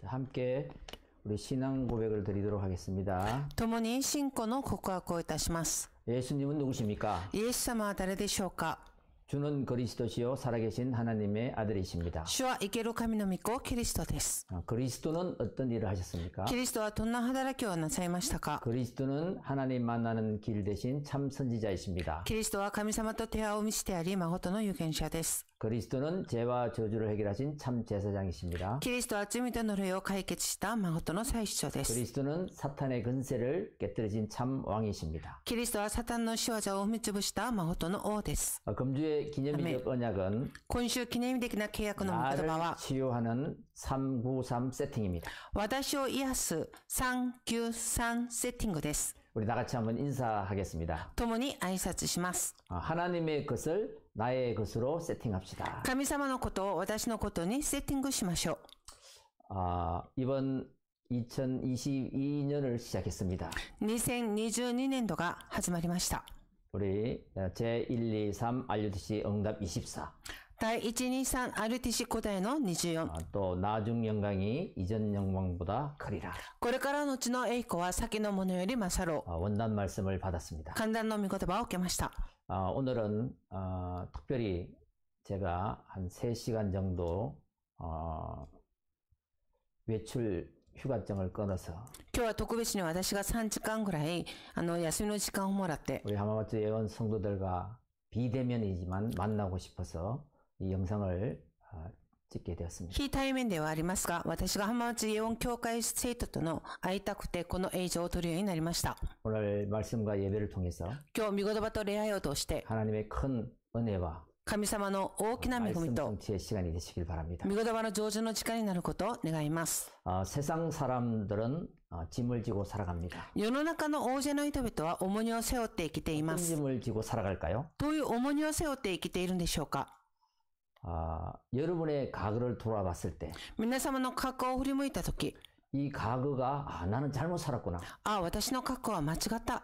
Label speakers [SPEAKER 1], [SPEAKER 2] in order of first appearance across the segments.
[SPEAKER 1] 자, 함께 우리 신앙 고백을 드리도록 하겠습니다.
[SPEAKER 2] 共に信仰の告白をいたします。
[SPEAKER 1] 예수님은 누구십니까?
[SPEAKER 2] イエス様は誰でしょうか
[SPEAKER 1] 주는 그리스도시요 살아계신 하나님의 아들이십니다.
[SPEAKER 2] 主は生ける神の御子、キリストです。
[SPEAKER 1] 아, 그리스도는 어떤 일을 하셨습니까?
[SPEAKER 2] キリストはどんな働きをなさいましたか
[SPEAKER 1] 그리스도는 하나님 만나는 길 대신 참 선지자이십니다.
[SPEAKER 2] キリストは神様と手合を見せてあり、誠の有権者です。
[SPEAKER 1] 그리스도는 죄와 저주를 해결하신 참 제사장이십니다.
[SPEAKER 2] キリストは罪と呪いを解決した誠の最主張です。
[SPEAKER 1] 그리스도는 사탄의 근세를 깨뜨리신 참 왕이십니다.
[SPEAKER 2] キリストはサタンの仕業を踏み潰した誠の王です。
[SPEAKER 1] 어, 금주의 기념일적 언약은
[SPEAKER 2] 今週記念日的な契約の御言
[SPEAKER 1] 나를
[SPEAKER 2] 葉は、
[SPEAKER 1] 치유하는 393 세팅입니다.
[SPEAKER 2] 私を癒す393セッティングです。
[SPEAKER 1] 우리 다 같이 한번 인사하겠습니다.
[SPEAKER 2] 共に挨拶します。
[SPEAKER 1] 아, 하나님의 것을 나의 것으로 세팅합시다.
[SPEAKER 2] 神様のことを私のことにセッティングしましょう。
[SPEAKER 1] 아, 이번 2022년을 시작했습니다.
[SPEAKER 2] 2022年度が始まりました。
[SPEAKER 1] 우리 어, 제123 RUTC 응답 24.
[SPEAKER 2] 第 123RTC 古代の24。
[SPEAKER 1] 아, 또 나중 영광이 이전 영광보다 크리라.
[SPEAKER 2] これからのうちの栄光は先のものより勝ろう。
[SPEAKER 1] 아, 원단 말씀을 받았습니다.
[SPEAKER 2] 簡単の御言葉を受けました。
[SPEAKER 1] 아, 오늘은 어, 특별히 제가 한 3시간 정도 어, 외출 휴가증을 끊어서
[SPEAKER 2] 今日は特別に私が3時間ぐらい、あの、休みの時間をもらって、
[SPEAKER 1] 우리 하마마트 예원 성도들과 비대면이지만 만나고 싶어서 이 영상을 아, 찍게 되었습니다.
[SPEAKER 2] 非対面ではありますが、私が浜松イオン教会生徒との会いたくてこの映像を撮るようになりました。
[SPEAKER 1] 오늘 말씀과 예배를 통해서
[SPEAKER 2] 今日、御言葉と礼拝を通して、
[SPEAKER 1] 하나님의 큰 은혜와 어,
[SPEAKER 2] 神様の大きな恵
[SPEAKER 1] 말씀
[SPEAKER 2] みと、
[SPEAKER 1] 성취의 시간이 되시길 바랍니다.
[SPEAKER 2] 御言葉の上手の時間になることを願います。
[SPEAKER 1] 아, 세상 사람들은 아, 짐을 지고 살아갑니다.
[SPEAKER 2] 世の中の大勢の人々は重荷を背負って生きていま
[SPEAKER 1] 큰
[SPEAKER 2] す。
[SPEAKER 1] 짐을 지고 살아갈까요?
[SPEAKER 2] どういう重荷を背負って生きているんでしょうか
[SPEAKER 1] 아, 여러분의 과거를 돌아봤을 때,
[SPEAKER 2] 皆様の過去を振り向いたとき、
[SPEAKER 1] 이 과거가, 아, 나는 잘못 살았구나.
[SPEAKER 2] ああ、私の過去は間違った。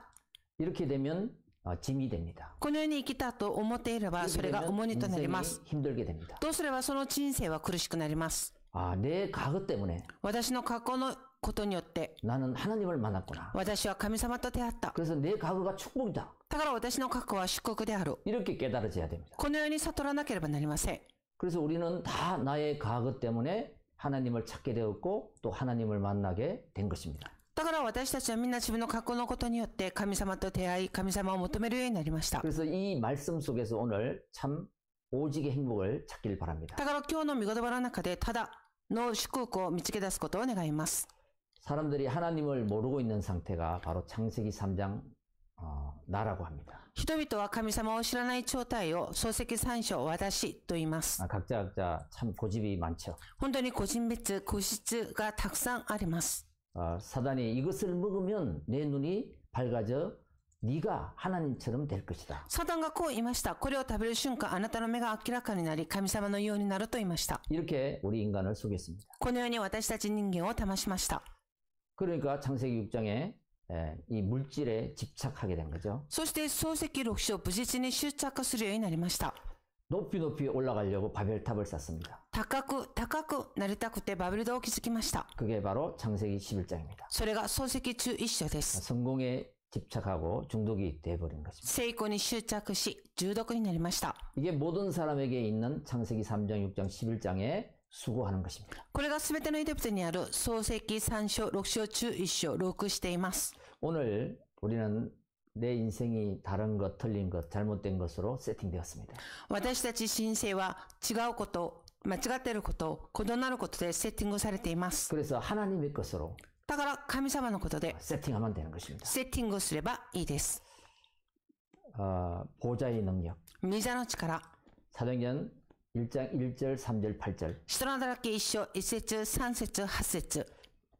[SPEAKER 1] 이렇게 되면 아, 짐이 됩니다.
[SPEAKER 2] この世に生きたと思っていれば、そ
[SPEAKER 1] 이렇게
[SPEAKER 2] れが
[SPEAKER 1] 되면
[SPEAKER 2] 重荷となり
[SPEAKER 1] 인생이
[SPEAKER 2] ます。
[SPEAKER 1] 힘들게 됩니다.
[SPEAKER 2] どうすればその人生は苦しくなります。
[SPEAKER 1] 아, 내 과거 때문에
[SPEAKER 2] 私の過去のことによって、
[SPEAKER 1] 나는 하나님을 만났구나.
[SPEAKER 2] 私は神様と出会った。
[SPEAKER 1] 그래서 내 과거가 축복이다.
[SPEAKER 2] だから私の過去は祝福である。
[SPEAKER 1] 이렇게 깨달아져야 됩니다.
[SPEAKER 2] この世に悟らなければなりません。
[SPEAKER 1] 그래서 우리는 다 나의 과거 때문에 하나님을 찾게 되었고 또 하나님을 만나게 된 것입니다.
[SPEAKER 2] だから私たちはみんな自分の過去のことによって神様と出会い、神様を求めるようになりました。
[SPEAKER 1] 그래서 이 말씀 속에서 오늘 참 오직의 행복을 찾길 바랍니다.
[SPEAKER 2] だから今日の御言葉の中で、ただの祝福を見つけ出すことを願います。
[SPEAKER 1] 사람들이 하나님을 모르고 있는 상태가 바로 창세기 3장 어, 나라고 합니다.
[SPEAKER 2] 人々は神様を知らない状態を漱石三章私と言います。
[SPEAKER 1] 아, 각자 각자 참 고집이 많죠.
[SPEAKER 2] 本当に個人別、個室がたくさんあります。
[SPEAKER 1] 어, 사단이 이것을 먹으면 내 눈이 밝아져 네가 하나님처럼 될 것이다.
[SPEAKER 2] サタンがこう言いました。これを食べる瞬間、あなたの目が明らかになり、神様のようになると言いました。
[SPEAKER 1] 이렇게 우리 인간을 속였습니다.
[SPEAKER 2] このように私たち人間を騙しました。
[SPEAKER 1] 그러니까 창세기 6장에 예, 이 물질에 집착하게 된 거죠.
[SPEAKER 2] そして漱石六章、無実に執着するようになりました。
[SPEAKER 1] 높이 높이 올라가려고 바벨탑을 쌓습니다.
[SPEAKER 2] 高く、高くなりたくてバブルドを築きました。
[SPEAKER 1] 그게 바로 창세기 11장입니다.
[SPEAKER 2] それが漱石中一章です。
[SPEAKER 1] 성공에 집착하고 중독이 돼버린 것입니다.
[SPEAKER 2] 成功に執着し、重毒になりました。
[SPEAKER 1] 이게 모든 사람에게 있는 창세기 3장, 6장, 11장에 수고하는 것입니다.
[SPEAKER 2] これが全ての人々にある漱石三章、六章中一章、六しています。
[SPEAKER 1] 오늘 우리는 내 인생이 다른 것, 틀린 것, 잘못된 것으로 세팅되었습니다.
[SPEAKER 2] 私たち神聖は違うこと、間違っていること、異なることでセッティングされています。
[SPEAKER 1] 그래서 하나님의 것으로
[SPEAKER 2] だから神様のことで、
[SPEAKER 1] 세팅하면 되는 것입니다.
[SPEAKER 2] セッティングすればいいです。
[SPEAKER 1] 어, 보좌의 능력.
[SPEAKER 2] 御座の力。
[SPEAKER 1] 사도행전 1장 1절, 3절, 8절.
[SPEAKER 2] 人の働き一章、一節、三節、八節。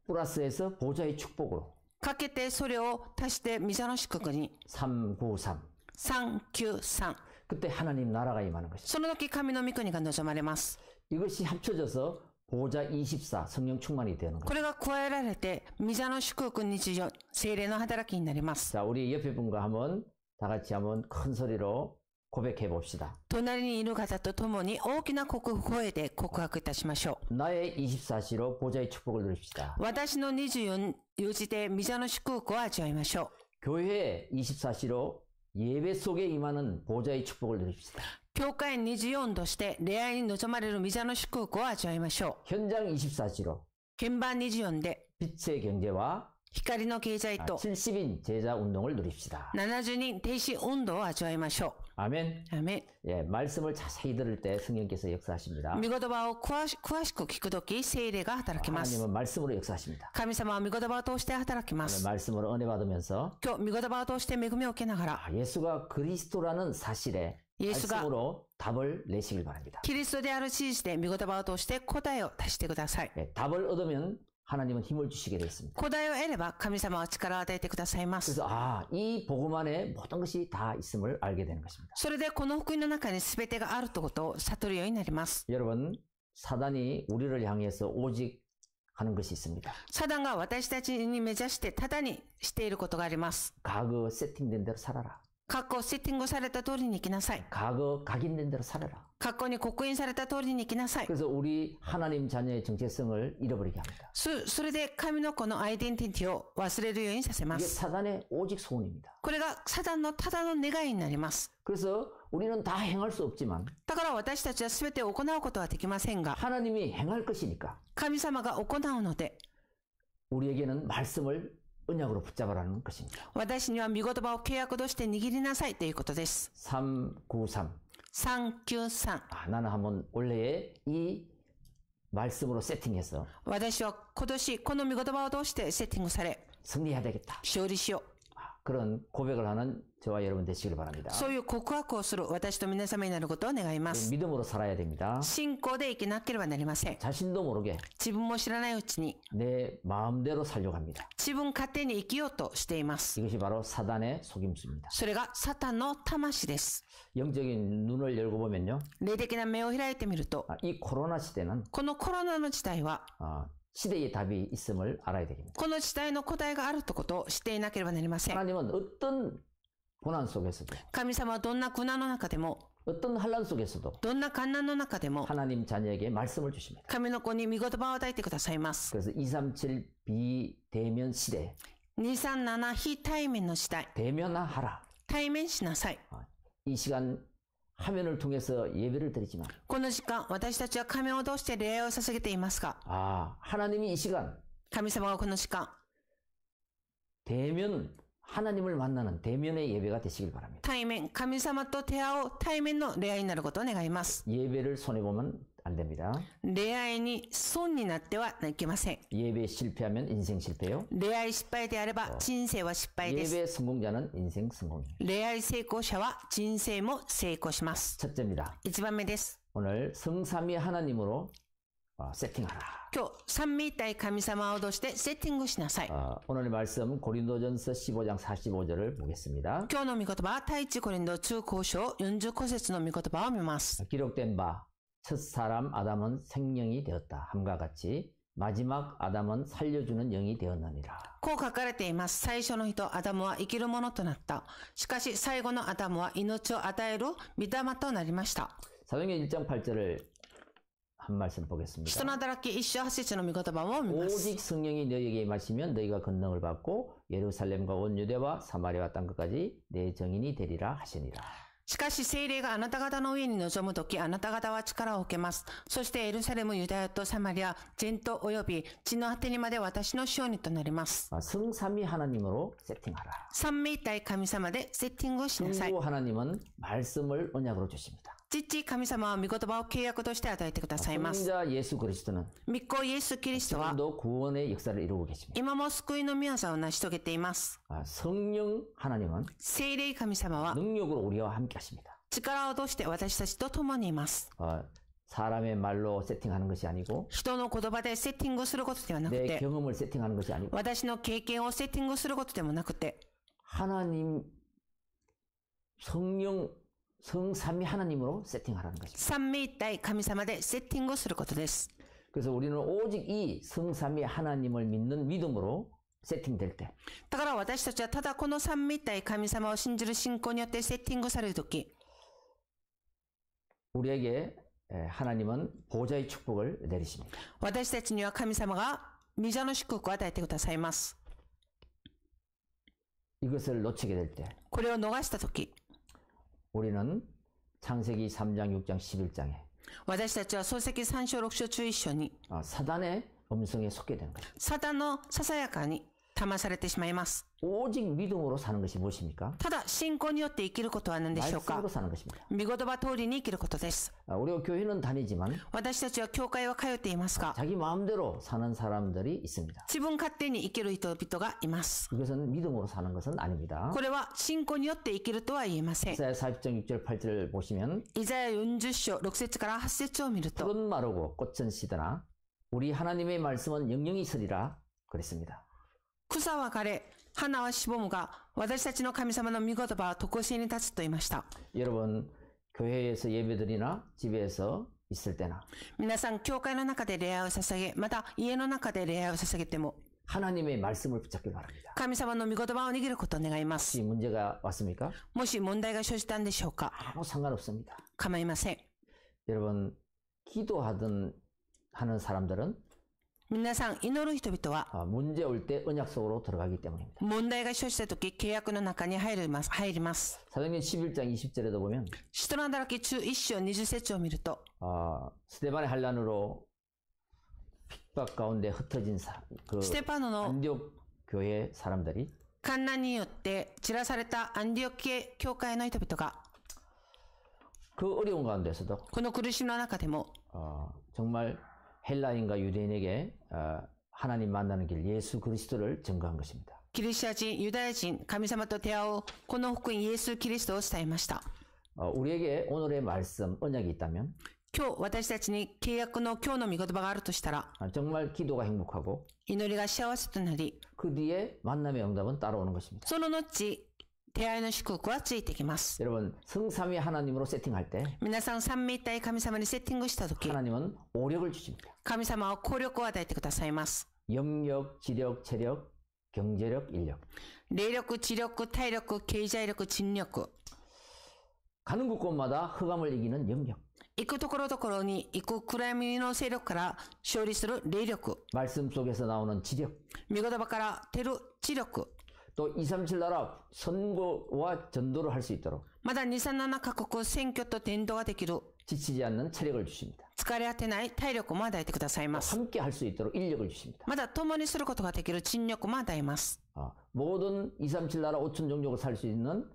[SPEAKER 1] 플러스에서 보좌의 축복으로
[SPEAKER 2] かけてそれを足して御座の祝福に。
[SPEAKER 1] 393.
[SPEAKER 2] 393。
[SPEAKER 1] 그때 하나님 나라가 임하는 것입니다.
[SPEAKER 2] その時神の御国が望まれます。
[SPEAKER 1] 이것이 합쳐져서 보좌 24, 성령 충만이 되는 것입니다.
[SPEAKER 2] これが加えられて、御座の祝福24、精霊の働きになります。
[SPEAKER 1] 자, 우리 옆에 분과 한번 다 같이 한번 큰 소리로 고백해 봅시다.
[SPEAKER 2] 隣にいる方と共に大きな国声で告白いたしましょ
[SPEAKER 1] 나의 24시로 보좌의 축복을 누립시다.
[SPEAKER 2] う。私の24時で御の祝福を味わいましょう。
[SPEAKER 1] 교회 24시로 예배 속에 임하는 보좌의 축복을 누립시다.
[SPEAKER 2] 教会24として恋愛に臨まれる御座の祝福を味わいましょ
[SPEAKER 1] 현장 24시로
[SPEAKER 2] う。現場24で
[SPEAKER 1] 빛의 경제와
[SPEAKER 2] 光の経済と
[SPEAKER 1] 70인 제자 운동을 누립시다.
[SPEAKER 2] 70人停止運動を味わいましょ
[SPEAKER 1] 아멘.
[SPEAKER 2] う。アメン
[SPEAKER 1] 예, 말씀을 자세히 들을 때 성령께서 역사하십니다.
[SPEAKER 2] 御言葉を詳し詳しく聞くとき、聖霊が働きます。
[SPEAKER 1] 하나님은 말씀으로 역사하십니다.
[SPEAKER 2] 神様は御言葉を通して働きま
[SPEAKER 1] 오늘
[SPEAKER 2] す。
[SPEAKER 1] 말씀으로 은혜 받으면서
[SPEAKER 2] 今日、御言葉を通して恵みを受けながら、
[SPEAKER 1] 아, 예수가 그리스도라는 사실에
[SPEAKER 2] 예수가-
[SPEAKER 1] 말씀으로 답을 내시길 바랍니다.
[SPEAKER 2] キリストである事実で御言葉を通して答えを出してください。
[SPEAKER 1] 예, 답을 얻으면 하나님은 힘을 주시게 되어 있습니다.
[SPEAKER 2] 答えを得れば神様は力を与えてくださいます。
[SPEAKER 1] 그래서 아, 이 복음 안에 모든 것이 다 있음을 알게 되는 것입니다.
[SPEAKER 2] それでこの福音の中に全てがあるということを悟るようになります。
[SPEAKER 1] 여러분, 사단이 우리를 향해서 오직 하는 것이 있습니다.
[SPEAKER 2] サダンが私たちに目指してただにしていることがあります。
[SPEAKER 1] 과거 세팅된 대로 살아라.
[SPEAKER 2] 過去セッティングされた通りに行きなさい。
[SPEAKER 1] 과거 각인된 대로 살아라.
[SPEAKER 2] 過去に刻印された通りに行きなさい。
[SPEAKER 1] 그래서 우리 하나님 자녀의 정체성을 잃어버리게 합니다.
[SPEAKER 2] そそれで神の子のアイデンティティを忘れるようにさせま
[SPEAKER 1] 이게
[SPEAKER 2] す。
[SPEAKER 1] 사단의 오직 소원입니다.
[SPEAKER 2] これがサダンのただの願いになります。
[SPEAKER 1] 그래서 우리는 다 행할 수 없지만
[SPEAKER 2] だから私たちは全てを行うことはできませんが、
[SPEAKER 1] 하나님이 행할 것이니까
[SPEAKER 2] 神様が行うので、
[SPEAKER 1] 우리에게는 말씀을 언약으로 붙잡으라는 것입니다.
[SPEAKER 2] 私には見言葉を契約として握りなさいということです。
[SPEAKER 1] 393.
[SPEAKER 2] 393。
[SPEAKER 1] 아, 나는 한번 올해에 이 말씀으로 세팅해서
[SPEAKER 2] 私は今年この見言葉を通してセッティングされ、
[SPEAKER 1] 승리해야 되겠다.
[SPEAKER 2] 勝利しよう。
[SPEAKER 1] 아, 그런 고백을 하는 저와 여러분 되시길 바랍니다.
[SPEAKER 2] そういう告白をする私と皆様になることを願います
[SPEAKER 1] 예, 。 믿음으로 살아야 됩니다.
[SPEAKER 2] 信仰で生きなければなりません。
[SPEAKER 1] 자신도 모르게
[SPEAKER 2] 自分も知らないうちに
[SPEAKER 1] 내 마음대로 살려고 합니다.
[SPEAKER 2] 自分勝手に生きようとしています。
[SPEAKER 1] 이것이 바로 사단의 속임수입니다.
[SPEAKER 2] それがサタンの魂です。
[SPEAKER 1] 영적인 눈을 열고 보면요.
[SPEAKER 2] 霊的な目を開いてみると、
[SPEAKER 1] 아, 이 코로나 시대는
[SPEAKER 2] このコロナの時代は、
[SPEAKER 1] 아, 시대의 답이 있음을 알아야 되겠습니다.
[SPEAKER 2] この時代の答えがあるということを知っていなければなりません。
[SPEAKER 1] 하나님은 어떤 고난 속에서도
[SPEAKER 2] 神様はどんな苦難の中でも、
[SPEAKER 1] 어떤 환란 속에서도
[SPEAKER 2] どんな困難の中でも、
[SPEAKER 1] 하나님 자녀에게 말씀을 주십니다.
[SPEAKER 2] 神の子に見言葉を与えてくださいます。
[SPEAKER 1] 그래서 237 비대면 시대
[SPEAKER 2] 237非対面の時代、
[SPEAKER 1] 대면하라.
[SPEAKER 2] 対面しなさい。
[SPEAKER 1] 이 시간 화면을 통해서 예배를 드리지만
[SPEAKER 2] この時間、私たちは仮面を通して礼拝を捧げていますが、
[SPEAKER 1] 아 하나님이 이 시간
[SPEAKER 2] 神様がこの時間、
[SPEAKER 1] 대면 하나님을 만나는 대면의 예배가 되시길 바랍니다.
[SPEAKER 2] 対面、神様と手合う対面の礼拝になることを願います。
[SPEAKER 1] 예배를 손해 보면 안 됩니다.
[SPEAKER 2] 礼拝に損になってはいけません。
[SPEAKER 1] 예배 실패하면 인생 실패요.
[SPEAKER 2] 礼拝失敗であれば人生は失敗です。
[SPEAKER 1] 예배 성공자는 인생 성공이에요.
[SPEAKER 2] 礼拝成功者は人生も成功します。
[SPEAKER 1] 첫째입니다.
[SPEAKER 2] 1番目です。
[SPEAKER 1] 오늘 성삼위 하나님으로 어, 세팅하라.
[SPEAKER 2] 今日、三位一体神様を脅してセッティングしなさい。
[SPEAKER 1] 어, 오늘의 말씀 고린도전서 15장 45절을 보겠습니다.
[SPEAKER 2] 今日の御言葉は、第一コリンド中高章40個節の御言葉を見ます。
[SPEAKER 1] 기록된 바, 첫 사람 아담은 생명이 되었다. 함과 같이 마지막 아담은 살려주는 영이 되었느니라.
[SPEAKER 2] こう書かれています。最初の人、アダムは生きるものとなった。しかし、最後のアダムは命を与える御霊となりました。
[SPEAKER 1] 사도행전 1장 8절을 한 말씀
[SPEAKER 2] 人
[SPEAKER 1] 보겠습니다.
[SPEAKER 2] の働き一章八節の御言葉を見ます。
[SPEAKER 1] 오직 성령이 너희에게 임하시면 너희가 권능을 받고 예루살렘과 온 유대와 사마리아 땅 끝까지 내 정인이 되리라 하시니라.
[SPEAKER 2] しかし聖霊があなた方の上に臨むとき、あなた方は力を受けます。そしてエルサレム、ユダヤとサマリア、全島及び地の果てにまで私の証人となります。
[SPEAKER 1] 아, 성삼위 하나님으로 세팅하라.
[SPEAKER 2] 三名体神様でセッティングをしなさい
[SPEAKER 1] 주 。 하나님은 말씀을 언약으로 주십니다. 아,
[SPEAKER 2] 父神様は御言葉を契約として与えてくださいます。
[SPEAKER 1] 성자 예수 그리스도는
[SPEAKER 2] 密航イエス・キリストは、
[SPEAKER 1] 지금도 구원의 역사를 이루고 계십니다.
[SPEAKER 2] 今も救いの宮座を成し遂げています。
[SPEAKER 1] 아, 성령 하나님은
[SPEAKER 2] 聖霊神様は、
[SPEAKER 1] 능력으로 우리와 함께 하십니다.
[SPEAKER 2] 力を通して私たちと共にいます。
[SPEAKER 1] 어, 사람의 말로 세팅하는 것이 아니고
[SPEAKER 2] 人の言葉でセッティングをすることではなく
[SPEAKER 1] 내
[SPEAKER 2] て、
[SPEAKER 1] 경험을 세팅하는 것이 아니고
[SPEAKER 2] 私の経験をセッティングすることでもなくて、
[SPEAKER 1] 하나님 성령 성삼위 하나님으로 세팅하라는 것입니다.
[SPEAKER 2] 三位一体神様でセッティングをすることです。
[SPEAKER 1] 그래서 우리는 오직 이 성삼위 하나님을 믿는 믿음으로 세팅될 때
[SPEAKER 2] だから私たちはただこの三位一体神様を信じる信仰によってセッティングされるとき、
[SPEAKER 1] 우리에게 에, 하나님은 보좌의 축복을 내리십니다.
[SPEAKER 2] 私たちには神様が御座の祝福を与えてくださいます。
[SPEAKER 1] 이것을 놓치게 될 때
[SPEAKER 2] これを逃したとき、
[SPEAKER 1] 우리는 창세기 3장 6장 11장에
[SPEAKER 2] 私たちは漱石三章六章中一章に、
[SPEAKER 1] 어, 사단의 음성에 속게 되는 거예요.
[SPEAKER 2] サタンのささやかに騙されてしまいます。
[SPEAKER 1] 오직 믿음으로 사는 것이 무엇입니까?
[SPEAKER 2] ただ、信仰によって生きることは何でしょうか
[SPEAKER 1] 말씀으로 사는 것입니다.
[SPEAKER 2] 見言葉通りに生きることです。
[SPEAKER 1] 아, 우리가 교회는 다니지만
[SPEAKER 2] 私たちは教会は通っていますが、
[SPEAKER 1] 자기 마음대로 사는 사람들이 있습니다.
[SPEAKER 2] 自分勝手に生きる人々がいます。
[SPEAKER 1] 이것은 믿음으로 사는 것은 아닙니다.
[SPEAKER 2] これは信仰によって生きるとは言えません。
[SPEAKER 1] 이사야 40장 6절 8절을 보시면
[SPEAKER 2] イザヤ40章6節から8節を見ると、
[SPEAKER 1] 푸른 마르고 꽃은 시드나 우리 하나님의 말씀은 영영이 서리라 그랬습니다.
[SPEAKER 2] 草は枯れ、花はしぼむが、私たちの神様の御言葉は常しえに立つと言いました。
[SPEAKER 1] 여러분 교회에서 예배드리나 집에서 있을 때나
[SPEAKER 2] 皆さん、教会の中で礼拝を捧げ、また家の中で礼拝を捧げても、
[SPEAKER 1] 하나님의 말씀을 붙잡길 바랍니다.
[SPEAKER 2] 神様の御言葉を握ることを願います。
[SPEAKER 1] 혹시 문제가 왔습니까?
[SPEAKER 2] もし問題が生じたんでしょうか
[SPEAKER 1] 아무 상관없습니다.
[SPEAKER 2] 構いません。
[SPEAKER 1] 여러분 기도하던 하는 사람들은
[SPEAKER 2] 皆さん、祈る人々は、
[SPEAKER 1] 아, 문제 올 때 언약 속으로 들어가기 때문입니다.
[SPEAKER 2] 問題が生じた時、契約の中に入ります。入ります。
[SPEAKER 1] 사도행 11장 20절에도 보면
[SPEAKER 2] 使徒の働き中一章二十節を見ると、
[SPEAKER 1] 아, 스테반의 환란으로 핍박 가운데 흩어진 사, 그
[SPEAKER 2] ステパノの
[SPEAKER 1] 안디옥 교회 사람들이
[SPEAKER 2] 観覧によって散らされたアンディオ系教会の人々が、
[SPEAKER 1] 그 어려운 가운데서도
[SPEAKER 2] この苦しみの中でも、
[SPEAKER 1] 어, 정말 헬라인과 유대인에게 어, 하나님 만나는 길 예수 그리스도를 증거한 것입니다.
[SPEAKER 2] キリシア人、ユダヤ人、神様と出会おう、この福音イエス・キリストを伝えました。
[SPEAKER 1] 어, 우리에게 오늘의 말씀 언약이 있다면
[SPEAKER 2] 今日、私たちに契約の今日の御言葉があるとしたら、
[SPEAKER 1] 아, 정말 기도가 행복하고
[SPEAKER 2] 祈りが幸せとなり、
[SPEAKER 1] 그 뒤에 만남의 응답은 따라오는 것입니다.
[SPEAKER 2] その後、出会いの祝福はついてきます。
[SPEAKER 1] 여러분 성삼위 하나님으로 세팅할 때
[SPEAKER 2] 皆さん、三位一体神様にセッティングしたとき、
[SPEAKER 1] 하나님은 오력을 주십니다.
[SPEAKER 2] 神様は効力を与えてくださいます。
[SPEAKER 1] 영력, 지력, 체력, 경제력, 인력.
[SPEAKER 2] 霊力、知力、体力、経済力、尽力。
[SPEAKER 1] 가는 곳곳마다 흑암을 이기는 영력.
[SPEAKER 2] 行くところどころに行く暗闇の勢力から勝利する霊力。
[SPEAKER 1] 말씀 속에서 나오는 지력.
[SPEAKER 2] 見言葉から出る知力。
[SPEAKER 1] 또 237 나라 선고와 전도를 할 수 있도록
[SPEAKER 2] まだ237カ国選挙と伝道ができる。
[SPEAKER 1] 지치지 않는 체력을 주십니다.
[SPEAKER 2] 疲れ果てない体力も与えてくださいます。
[SPEAKER 1] 함께 할 수 있도록 인력을 주십니다.
[SPEAKER 2] まだ共にすることができる尽力も与えます。
[SPEAKER 1] 아, 모든 237 나라 5천 종족을 살 수 있는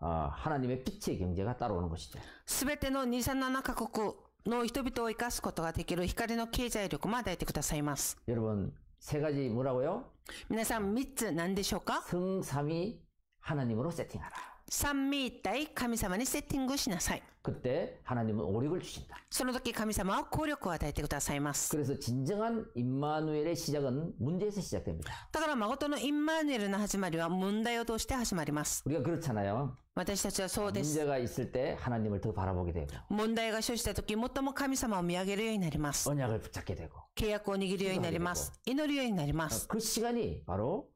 [SPEAKER 1] 아, 하나님의 빛의 경제가 따라오는 것이죠.
[SPEAKER 2] すべての237カ国の人々を生かすことができる光の経済力も与えてくださいます。
[SPEAKER 1] 여러분 세 가지 뭐라고요?
[SPEAKER 2] 皆さん3つ何でしょうか
[SPEAKER 1] 성삼위 하나님으로 세팅하라.
[SPEAKER 2] 三位一体神様にセッティングしなさい。
[SPEAKER 1] 그때 하나님은 오력을 주신다.
[SPEAKER 2] その時神様は効力を与えてくださいます。
[SPEAKER 1] 그래서 진정한 임마누엘의 시작은 문제에서 시작됩니다.
[SPEAKER 2] だから誠のインマーニュエルの始まりは問題を通して始まります。
[SPEAKER 1] 우리가 그렇잖아요.
[SPEAKER 2] 私たちはそうです。
[SPEAKER 1] 문제가 있을 때 하나님을 더 바라보게 되고
[SPEAKER 2] 問題が生じた時、最も神様を見上げるようになります。
[SPEAKER 1] 언약을 붙잡게 되고
[SPEAKER 2] 契約を握るようになります。祈るようになりま
[SPEAKER 1] 어,
[SPEAKER 2] す。
[SPEAKER 1] 그 시간이 바로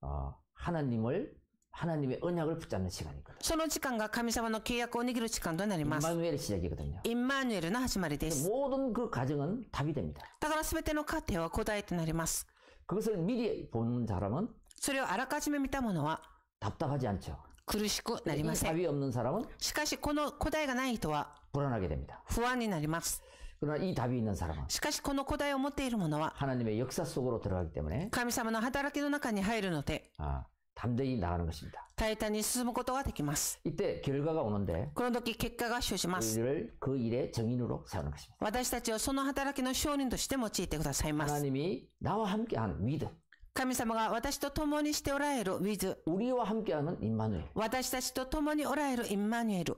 [SPEAKER 1] 어, 하나님을 하나님의 언약을 붙잡는 시간이거든요.
[SPEAKER 2] その時間が神様の契約を握る時間となります。
[SPEAKER 1] 임마누엘의 시작이거든요.
[SPEAKER 2] インマーニュエルの始まりです。
[SPEAKER 1] 모든 그 과정은 답이 됩니다.
[SPEAKER 2] だから全ての過程は答えとなります。
[SPEAKER 1] 그것을 미리 본 사람은
[SPEAKER 2] それをあらかじめ見たものは
[SPEAKER 1] 답답하지 않죠.
[SPEAKER 2] 苦しくな
[SPEAKER 1] 이
[SPEAKER 2] りません。
[SPEAKER 1] 답이 없는 사람은
[SPEAKER 2] しかしこの答えがない人は
[SPEAKER 1] 불안하게 됩니다.
[SPEAKER 2] 不安になります。
[SPEAKER 1] 그러나 이 답이 있는 사람은
[SPEAKER 2] しかしこの答えを持っている者は
[SPEAKER 1] 하나님의 역사 속으로 들어가기 때문에
[SPEAKER 2] 神様の働きの中に入るので
[SPEAKER 1] 아, 담대히 나가는 것입니다.
[SPEAKER 2] 大胆に進むことができます。
[SPEAKER 1] 이때 결과가 오는데
[SPEAKER 2] この時結果が生じます。
[SPEAKER 1] 우리를 그 일의 정인으로 세우는 것입니다.
[SPEAKER 2] 私たちをその働きの証人として用いてくださいます。
[SPEAKER 1] 하나님이 나와 함께한 믿음,
[SPEAKER 2] 神様が私と共にしておられる with
[SPEAKER 1] 우리와 함께하는 임마누엘,
[SPEAKER 2] 私たちと共におられるインマニュエル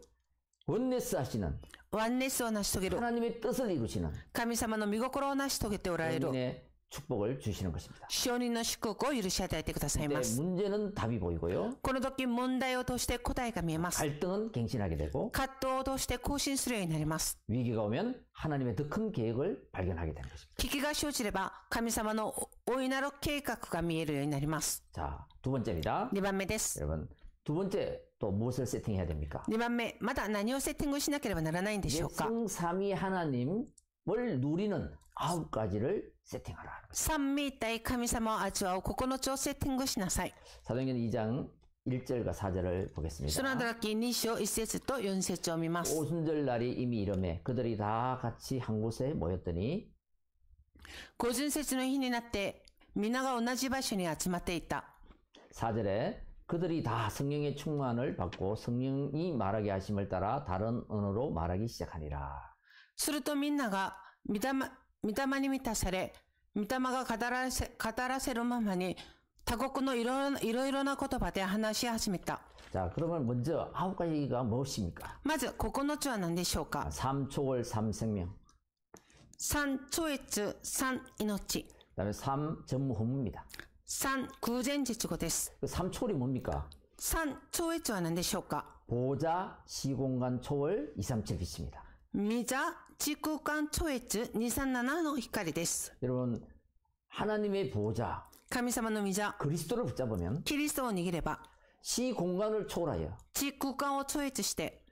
[SPEAKER 1] 원네스 하시는
[SPEAKER 2] ワンネスを成し遂げる
[SPEAKER 1] 하나님의 뜻을 이루시는
[SPEAKER 2] 神様の見心を成し遂げておられる
[SPEAKER 1] 영인의 축복을 주시는 것입니다.
[SPEAKER 2] 証人の祝福を許し与えてください
[SPEAKER 1] 이때
[SPEAKER 2] ます
[SPEAKER 1] 문제는 답이 보이고요.
[SPEAKER 2] この時問題を通して答えが見えます
[SPEAKER 1] 갈등은 갱신하게 되고
[SPEAKER 2] 葛藤を通して更新するようになります
[SPEAKER 1] 위기가 오면 하나님의 더 큰 계획을 발견하게 되는 것입니다.
[SPEAKER 2] 危機が生じれば神様のおおいなる計画が見えるようになります 네.
[SPEAKER 1] 자, 두 번째입니다.
[SPEAKER 2] 2番目です
[SPEAKER 1] 여러분, 두 번째 또 무엇을 세팅해야 됩니까?
[SPEAKER 2] 2番目、まだ何をセッティングしなければならないんでしょうか
[SPEAKER 1] 성삼위 하나님을 누리는 아홉 가지를 세팅하라.
[SPEAKER 2] 三位一体神様を味わう9つをセッティングしなさい。
[SPEAKER 1] 사도행전 2장 1절과 4절을
[SPEAKER 2] スナド
[SPEAKER 1] 보겠습니다.
[SPEAKER 2] ラキ2章1節と4節を見ます。
[SPEAKER 1] 오순절 날이 이미 이름에 그들이 다 같이 한 곳에 모였더니
[SPEAKER 2] 五巡節の日になって、皆が同じ場所に集まっていた。
[SPEAKER 1] 4절에 그들이 다 성령의 충만을 받고 성령이 말하게 하심을 따라 다른 언어로 말하기 시작하니라.
[SPEAKER 2] するとみんなが、御霊、御霊に満たされ、御霊が語らせ、語らせるままに、他国のいろいろいろいろな言葉で話し始めた。
[SPEAKER 1] 자, 그러면 먼저 아홉 가지가 무엇입니까? 아,
[SPEAKER 2] まず、9つは何でしょうか
[SPEAKER 1] 삼초월 삼생명,
[SPEAKER 2] 三超越、三命。
[SPEAKER 1] 그다음에 삼전무후무입니다.
[SPEAKER 2] 三空前日語です。
[SPEAKER 1] 그 삼초월이 뭡니까?
[SPEAKER 2] 三超越は何でしょうか
[SPEAKER 1] 보자 시공간 초월 237 빛입니다.
[SPEAKER 2] ミザ地空間超越237の光です。
[SPEAKER 1] 여러분 하나님의 보자
[SPEAKER 2] 神様のミザ、
[SPEAKER 1] 그리스도를 붙잡으면
[SPEAKER 2] キリストを握れば、
[SPEAKER 1] 시공간을 초월하여
[SPEAKER 2] 地空間を超越して、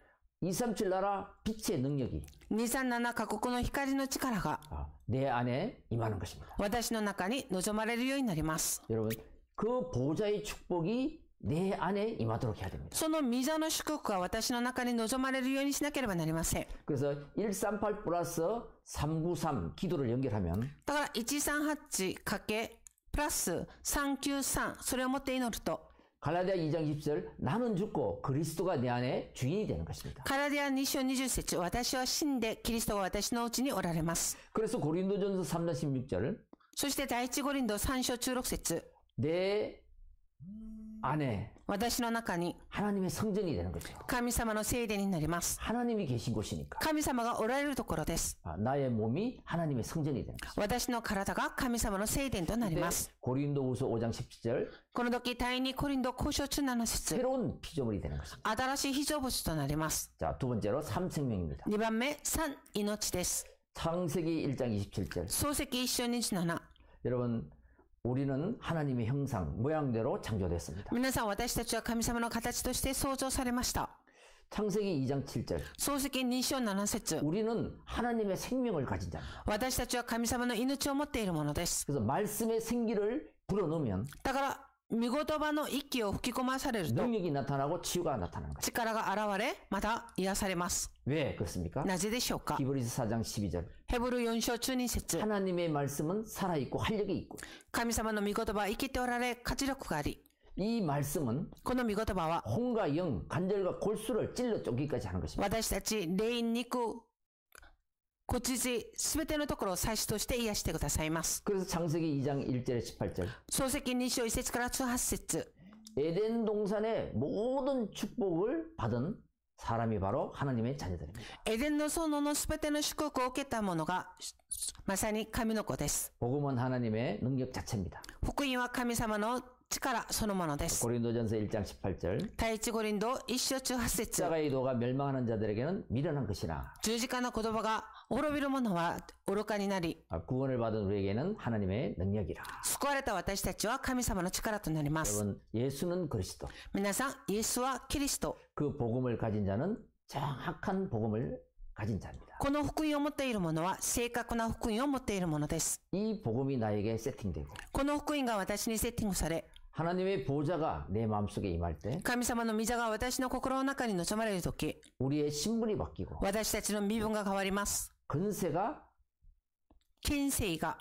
[SPEAKER 1] 237 나라 빛의 능력이
[SPEAKER 2] 237カ国の光の力が
[SPEAKER 1] 아, 내 안에 임하는 것입니다.
[SPEAKER 2] 私の中に望まれるようになります。
[SPEAKER 1] 여러분 그 보좌의 축복이 내 안에 임하도록 해야 됩니다.
[SPEAKER 2] そのミザの祝福が私の中に望まれるようにしなければなりません。
[SPEAKER 1] 그래서 138 플러스 393 기도를 연결하면
[SPEAKER 2] だから138かけプラス393それを持って祈ると、
[SPEAKER 1] 갈라디아 2장 10절 나는 죽고 그리스도가 내 안에 주인이 되는 것입니다.
[SPEAKER 2] カラディア2章20節私は死んでキリストが私のうちにおられます。
[SPEAKER 1] 그래서 고린도전서 3장 16절
[SPEAKER 2] そして第一五輪道3章16節
[SPEAKER 1] 내 안에
[SPEAKER 2] 私の中に
[SPEAKER 1] 하나님의 성전이 되는 거죠.
[SPEAKER 2] 神様の聖殿になります。
[SPEAKER 1] 하나님이 계신 곳이니까
[SPEAKER 2] 神様がおられるところです。
[SPEAKER 1] 아, 나의 몸이 하나님의 성전이 되는 거죠.
[SPEAKER 2] 私の体が神様の聖殿となり
[SPEAKER 1] 근데
[SPEAKER 2] ます。
[SPEAKER 1] 고린도후서 5장 17절
[SPEAKER 2] この時、第二コリンド交渉中7節
[SPEAKER 1] 새로운 피조물이 되는 것입니다.
[SPEAKER 2] 新しい非常物となります。
[SPEAKER 1] 자두 번째로 삼생명입니다.
[SPEAKER 2] 2番目、3、命です。
[SPEAKER 1] 창세기 1장 27절
[SPEAKER 2] 漱石一章27。
[SPEAKER 1] 여러분 우리는 하나님의 형상 모양대로 창조됐습니다.
[SPEAKER 2] 皆さん、私たちは神様の形として創造されました。
[SPEAKER 1] 창세기 2장 7절
[SPEAKER 2] 漱石2章7節
[SPEAKER 1] 우리는 하나님의 생명을 가진 자입니다.
[SPEAKER 2] 私たちは神様の命を持っているものです。
[SPEAKER 1] 그래서 말씀의 생기를 불어넣으면
[SPEAKER 2] だから、見言葉の息を吹き込まされると、
[SPEAKER 1] 능력이 나타나고 치유가 나타나는 거죠.
[SPEAKER 2] 力が現れ、また癒されます。
[SPEAKER 1] 왜 그렇습니까?
[SPEAKER 2] なぜでしょうか
[SPEAKER 1] 히브리서 4장 12절
[SPEAKER 2] ヘブル4章中2節
[SPEAKER 1] 하나님의 말씀은 살아있고 활력이 있고
[SPEAKER 2] 神様の御言葉は生きておられ活力があり、
[SPEAKER 1] 이 말씀은
[SPEAKER 2] この御言葉は
[SPEAKER 1] 혼과 영, 관절과 골수를 찔러 쫓기까지 하는 것입니다.
[SPEAKER 2] 私たち霊肉、骨髄、すべてのところを祭司として癒してくださいます。
[SPEAKER 1] 그래서 창세기 2장 1절에 18절
[SPEAKER 2] 創世記2章1節から18節
[SPEAKER 1] 에덴 동산의 모든 축복을 받은 사람이 바로 하나님의 자녀들입니다.
[SPEAKER 2] エデンの園のすべての祝福を受けたものが、まさに神の子です。
[SPEAKER 1] 복음은 하나님의 능력 자체입니다.
[SPEAKER 2] 福音は神様の力そのものです。
[SPEAKER 1] 고린도전서 1장 18절
[SPEAKER 2] 第一五輪道一章中八節
[SPEAKER 1] 십자가의 도가 멸망하는 자들에게는 미련한 것이나
[SPEAKER 2] 十字架の言葉が滅びる者は愚かになり、
[SPEAKER 1] 아, 구원을 받은 우리에게는 하나님의 능력이라.
[SPEAKER 2] 救われた私たちは神様の力となります。
[SPEAKER 1] 여러분 예수는 그리스도.
[SPEAKER 2] 皆さん、イエスはキリスト。
[SPEAKER 1] 그 복음을 가진 자는 정확한 복음을 가진 자입니다.
[SPEAKER 2] この福音を持っている者は正確な福音を持っている者です。
[SPEAKER 1] 이 복음이 나에게 세팅되고
[SPEAKER 2] この福音が私にセッティングされ、
[SPEAKER 1] 하나님의 보좌가 내 마음속에 임할 때
[SPEAKER 2] 神様の御座が私の心の中に望まれるとき、
[SPEAKER 1] 우리의 신분이 바뀌고
[SPEAKER 2] 私たちの身分が変わります。
[SPEAKER 1] 근세가
[SPEAKER 2] 権勢が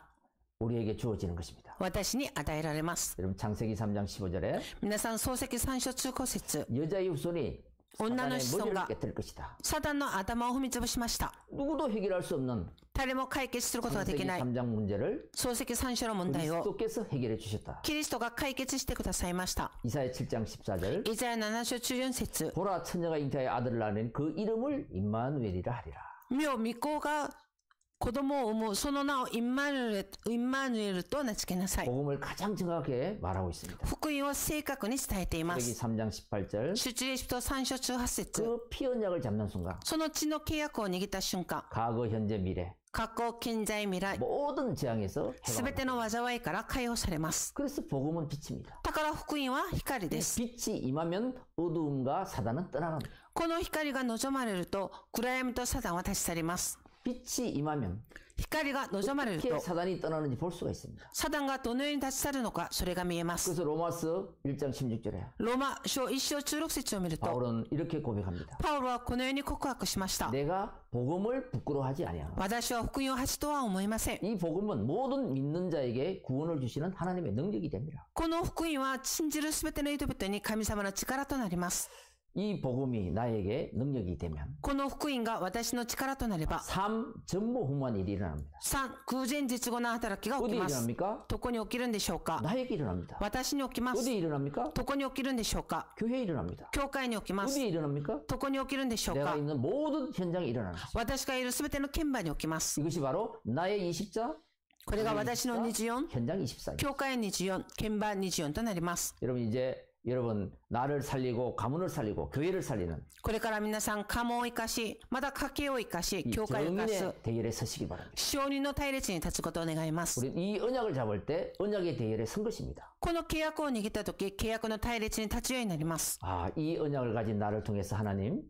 [SPEAKER 1] 우리에게 주어지는 것입니다.
[SPEAKER 2] 私に与えられます。
[SPEAKER 1] 여러분 창세기 3장 15절에
[SPEAKER 2] 皆さん、漱石三章中古説。
[SPEAKER 1] 여자의 후손이
[SPEAKER 2] 온난한
[SPEAKER 1] 사단의 머리를
[SPEAKER 2] 시선과-
[SPEAKER 1] 깨뜨릴 것이다.
[SPEAKER 2] サタンの頭を踏みつぶしました。
[SPEAKER 1] 누구도 해결할 수 없는
[SPEAKER 2] 誰も解決することがで
[SPEAKER 1] 창세기
[SPEAKER 2] きない。
[SPEAKER 1] 3장 문제를
[SPEAKER 2] 漱石三章の問題を
[SPEAKER 1] 그리스도께서 해결해 주셨다.
[SPEAKER 2] キリストが解決してくださいました。
[SPEAKER 1] 이사야 7장 14절
[SPEAKER 2] イザヤ7章中4節
[SPEAKER 1] 보라 처녀가 잉태하여 아들을 낳는 그 이름을 임마누엘이라 하리라.
[SPEAKER 2] 見よ、御子が子供を産むその名をインマヌエルインマヌエルと名付けなさい。
[SPEAKER 1] 복음을 가장 정확하게 말하고 있습니다.
[SPEAKER 2] 福音を正確に伝えていま
[SPEAKER 1] 여기
[SPEAKER 2] す。
[SPEAKER 1] 3장 18절
[SPEAKER 2] 出エジプト3章18節
[SPEAKER 1] 그 피언약을 잡는 순간
[SPEAKER 2] その血の契約を握った瞬間、
[SPEAKER 1] 과거 현재 미래
[SPEAKER 2] 過去、近在、未来、
[SPEAKER 1] 모든 재앙에서
[SPEAKER 2] すべ
[SPEAKER 1] 해방합니다.
[SPEAKER 2] ての災いから解放されます。
[SPEAKER 1] 그래서 복음은 빛입니다.
[SPEAKER 2] だから福音は光です。
[SPEAKER 1] 빛이 임하면 어두움과 사단은 떠나갑니다.
[SPEAKER 2] この光が望まれると、暗闇とサタンは立ち去ります。
[SPEAKER 1] 빛이 임하면
[SPEAKER 2] 光が望まれる
[SPEAKER 1] 어떻게
[SPEAKER 2] と、
[SPEAKER 1] 사단이 떠나는지 볼 수가 있습니다.
[SPEAKER 2] サタンがどのように立ち去るのか、それが見えます。
[SPEAKER 1] 그래서 로마서 1장 16절에
[SPEAKER 2] ローマ書1章16節を見ると、
[SPEAKER 1] 바울은 이렇게 고백합니다.
[SPEAKER 2] パウロはこのように告白しました。
[SPEAKER 1] 내가 복음을 부끄러워하지 아니하노라.
[SPEAKER 2] 私は福音を恥とは思いません。
[SPEAKER 1] 이 복음은 모든 믿는 자에게 구원을 주시는 하나님의 능력이 됩니다.
[SPEAKER 2] この福音は信じるすべての人々に神様の力となります。
[SPEAKER 1] 이 복음이 나에게 능력이 되면
[SPEAKER 2] この福音が私の力となれば、
[SPEAKER 1] 삶 전무후무한 일이 일어납니다.
[SPEAKER 2] 三、偶然実後の働きが起
[SPEAKER 1] 어디
[SPEAKER 2] きます。
[SPEAKER 1] 일어납니까?
[SPEAKER 2] どこに起きるんでしょうか
[SPEAKER 1] 나에게 일어납니다.
[SPEAKER 2] 私に起きます。
[SPEAKER 1] 어디 일어납니까?
[SPEAKER 2] どこに起きるんでしょうか
[SPEAKER 1] 교회에 일어납니다. 그러니까
[SPEAKER 2] 教会に起きます。
[SPEAKER 1] 어디에 일어납니까?
[SPEAKER 2] どこに起きるんでしょう
[SPEAKER 1] 내가
[SPEAKER 2] か
[SPEAKER 1] 있는 모든 현장에 일어나는 것입니다.
[SPEAKER 2] 私がいるすべての鍵盤に起きます。
[SPEAKER 1] 이것이 바로 나의 20자,
[SPEAKER 2] これが私の24、
[SPEAKER 1] 현장 24입니다.
[SPEAKER 2] 教会24、鍵盤24となります。
[SPEAKER 1] 여러분 이제 여러분 나를 살리고 가문을 살리고 교회를 살리는
[SPEAKER 2] これから皆さん、家紋を生かし、また家計を生かし、
[SPEAKER 1] 이
[SPEAKER 2] 教会を生かす、
[SPEAKER 1] 정인의 대열에 서시기 바랍니다.
[SPEAKER 2] 証人の隊列に立つことを願います。
[SPEAKER 1] 우리 이 언약을 잡을 때 언약의 대열에 선 것입니다.
[SPEAKER 2] この契約を握ったとき、契約の隊列に立つようになります。
[SPEAKER 1] 아, 이 언약을 가진 나를 통해서 하나님,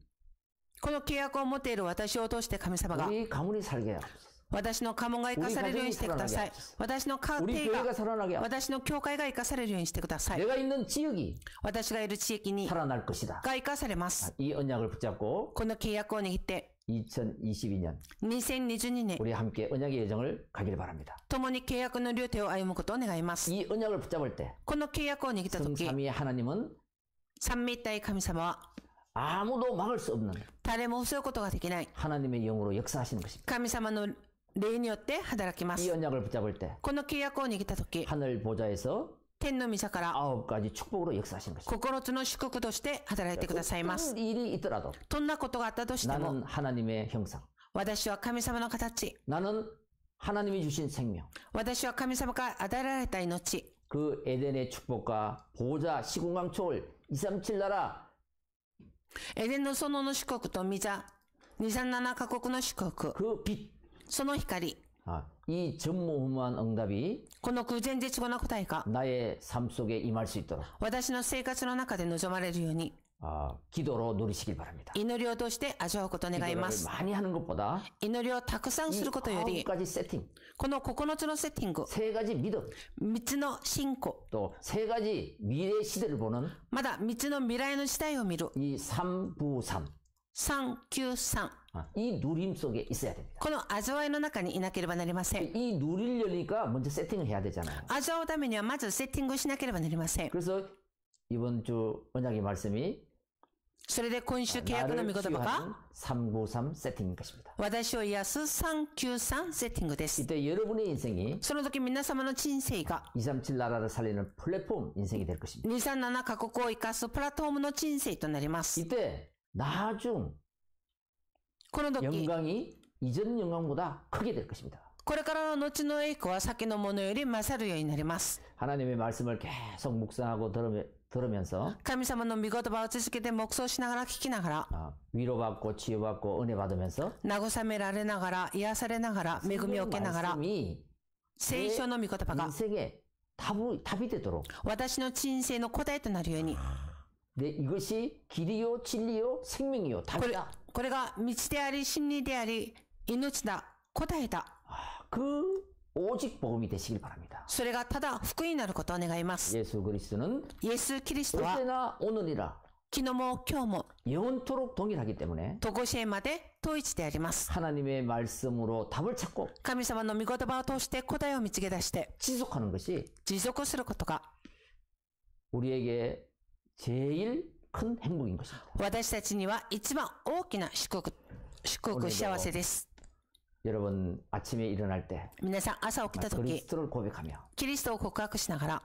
[SPEAKER 2] この契約を持っている私を通して神様が、
[SPEAKER 1] 우리 가문이 살게 하옵소서.
[SPEAKER 2] 私の家紋が生かされるようにしてください。私の家
[SPEAKER 1] 우리
[SPEAKER 2] 庭
[SPEAKER 1] 교회가
[SPEAKER 2] が、
[SPEAKER 1] 살아나게 하옵소서.
[SPEAKER 2] 私の教会が生かされるようにしてください。
[SPEAKER 1] 내가 있는 지역이
[SPEAKER 2] 私がいる地域に、
[SPEAKER 1] 살아날 것이다.
[SPEAKER 2] が生かされま
[SPEAKER 1] 아,
[SPEAKER 2] す。
[SPEAKER 1] 이 언약을 붙잡고
[SPEAKER 2] この契約を握って、
[SPEAKER 1] 2022년
[SPEAKER 2] 2022年、
[SPEAKER 1] 우리 함께 언약의 여정을 가길 바랍니다.
[SPEAKER 2] 共に契約の両手を歩むことを願います。
[SPEAKER 1] 이 언약을 붙잡을 때
[SPEAKER 2] この契約を握ったとき、
[SPEAKER 1] 성삼위의 하나님은
[SPEAKER 2] 三位一体神様は、
[SPEAKER 1] 아무도 막을 수 없는
[SPEAKER 2] 誰も襲うことができない、
[SPEAKER 1] 하나님의 영으로 역사하시는 것입니다.
[SPEAKER 2] 神様の霊によって働きま
[SPEAKER 1] 이
[SPEAKER 2] す。
[SPEAKER 1] 언약을 붙잡을 때
[SPEAKER 2] この契約を握ったとき、
[SPEAKER 1] 하늘 보좌에서
[SPEAKER 2] 天の御座から、
[SPEAKER 1] 아홉 가지 축복으로 역사하시는 것입니다.
[SPEAKER 2] 9つの祝福として働いてくださいます
[SPEAKER 1] 큰 。 일이 있더라도
[SPEAKER 2] どんなことがあったとしても、
[SPEAKER 1] 나는 하나님의 형상,
[SPEAKER 2] 私は神様の形、
[SPEAKER 1] 나는 하나님이 주신 생명,
[SPEAKER 2] 私は神様から与えられた命、
[SPEAKER 1] 그 에덴의 축복과 보좌, 시공간 초월, 237 나라
[SPEAKER 2] エデンの園の祝福と御座、237カ国の祝福、
[SPEAKER 1] 그 빛,
[SPEAKER 2] その光、
[SPEAKER 1] 아, 이 전무후무한 응답이
[SPEAKER 2] この偶然絶後な答えが、
[SPEAKER 1] 나의 삶 속에 임할 수 있도록
[SPEAKER 2] 私の生活の中で望まれるように、
[SPEAKER 1] 아, 기도로 누리시길 바랍니다.
[SPEAKER 2] 祈りを通して味わうことを願い
[SPEAKER 1] 기도를
[SPEAKER 2] ます。
[SPEAKER 1] 많이 하는 것보다
[SPEAKER 2] 祈りをたくさんす
[SPEAKER 1] 이
[SPEAKER 2] ることより
[SPEAKER 1] 아홉 、 가지 세팅,
[SPEAKER 2] この9つのセッティング、
[SPEAKER 1] 세 가지 믿음,
[SPEAKER 2] 3つの信仰、
[SPEAKER 1] 또 세 가지 미래 시대를 보는
[SPEAKER 2] まだ3つの未来の時代を見る、
[SPEAKER 1] 이 삼부삼
[SPEAKER 2] 393。
[SPEAKER 1] 아, 이 누림 속에 있어야 됩니다.
[SPEAKER 2] この味わいの中にいなければなりません。
[SPEAKER 1] 이 누리려니까 먼저 세팅을 해야 되잖아요.
[SPEAKER 2] 味わうためにはまずセッティングしなければなりません。
[SPEAKER 1] 그래서 이번 주 언약의 말씀이
[SPEAKER 2] それで今週契約の
[SPEAKER 1] 나를
[SPEAKER 2] 見言葉が、
[SPEAKER 1] 393 세팅인 것입니다.
[SPEAKER 2] 私を癒す393セッティングです。
[SPEAKER 1] 이때 여러분의 인생이
[SPEAKER 2] その時皆様の人生が、
[SPEAKER 1] 237 나라를 살리는 플랫폼 인생이 될 것입니다.
[SPEAKER 2] 237カ国を生かすプラットフォームの人生となります。
[SPEAKER 1] 이때 나중
[SPEAKER 2] この時、
[SPEAKER 1] 영광이 이전 영광보다 크게 될 것입니다.
[SPEAKER 2] これからの後の栄光は先のものより勝るようになります。
[SPEAKER 1] 하나님의 말씀을 계속 묵상하고 들으며- 들으면서
[SPEAKER 2] 神様の御言葉を続けて黙想しながら聞きながら、
[SPEAKER 1] 아, 위로받고 치유받고 은혜 받으면서
[SPEAKER 2] 慰められながら、癒されながら、恵みを受けながら、
[SPEAKER 1] 말씀이
[SPEAKER 2] 聖書の御言葉が
[SPEAKER 1] 인생의 답이, 답이 되도록
[SPEAKER 2] 私の人生の答えとなるように、
[SPEAKER 1] 내 네, 이것이 길이요 진리요 생명이요
[SPEAKER 2] これ
[SPEAKER 1] 답이다. 、
[SPEAKER 2] これが道であり、真理であり、命だ、答えだ、
[SPEAKER 1] 그 오직 복음이 되시길 바랍니다.
[SPEAKER 2] それがただ福音になることを願います。
[SPEAKER 1] 예수 그리스도는
[SPEAKER 2] イエス・キリストは、
[SPEAKER 1] 어제나 오늘이라
[SPEAKER 2] 昨日も今日も、
[SPEAKER 1] 영원토록 동일하기 때문에
[SPEAKER 2] とご支援まで統一であります。
[SPEAKER 1] 하나님의 말씀으로 답을 찾고
[SPEAKER 2] 神様の御言葉を通して答えを見つけ出して、
[SPEAKER 1] 지속하는 것이
[SPEAKER 2] 持続することが、
[SPEAKER 1] 우리에게 제일 큰 행복인 것입니다.
[SPEAKER 2] 私たちには一番大きな祝福、祝
[SPEAKER 1] おめ
[SPEAKER 2] 福、
[SPEAKER 1] でとう
[SPEAKER 2] 幸せです。
[SPEAKER 1] 여러분 아침에 일어날 때
[SPEAKER 2] 皆さん、朝起きた時、
[SPEAKER 1] 그리스도를 고백하며
[SPEAKER 2] キリストを告白しながら、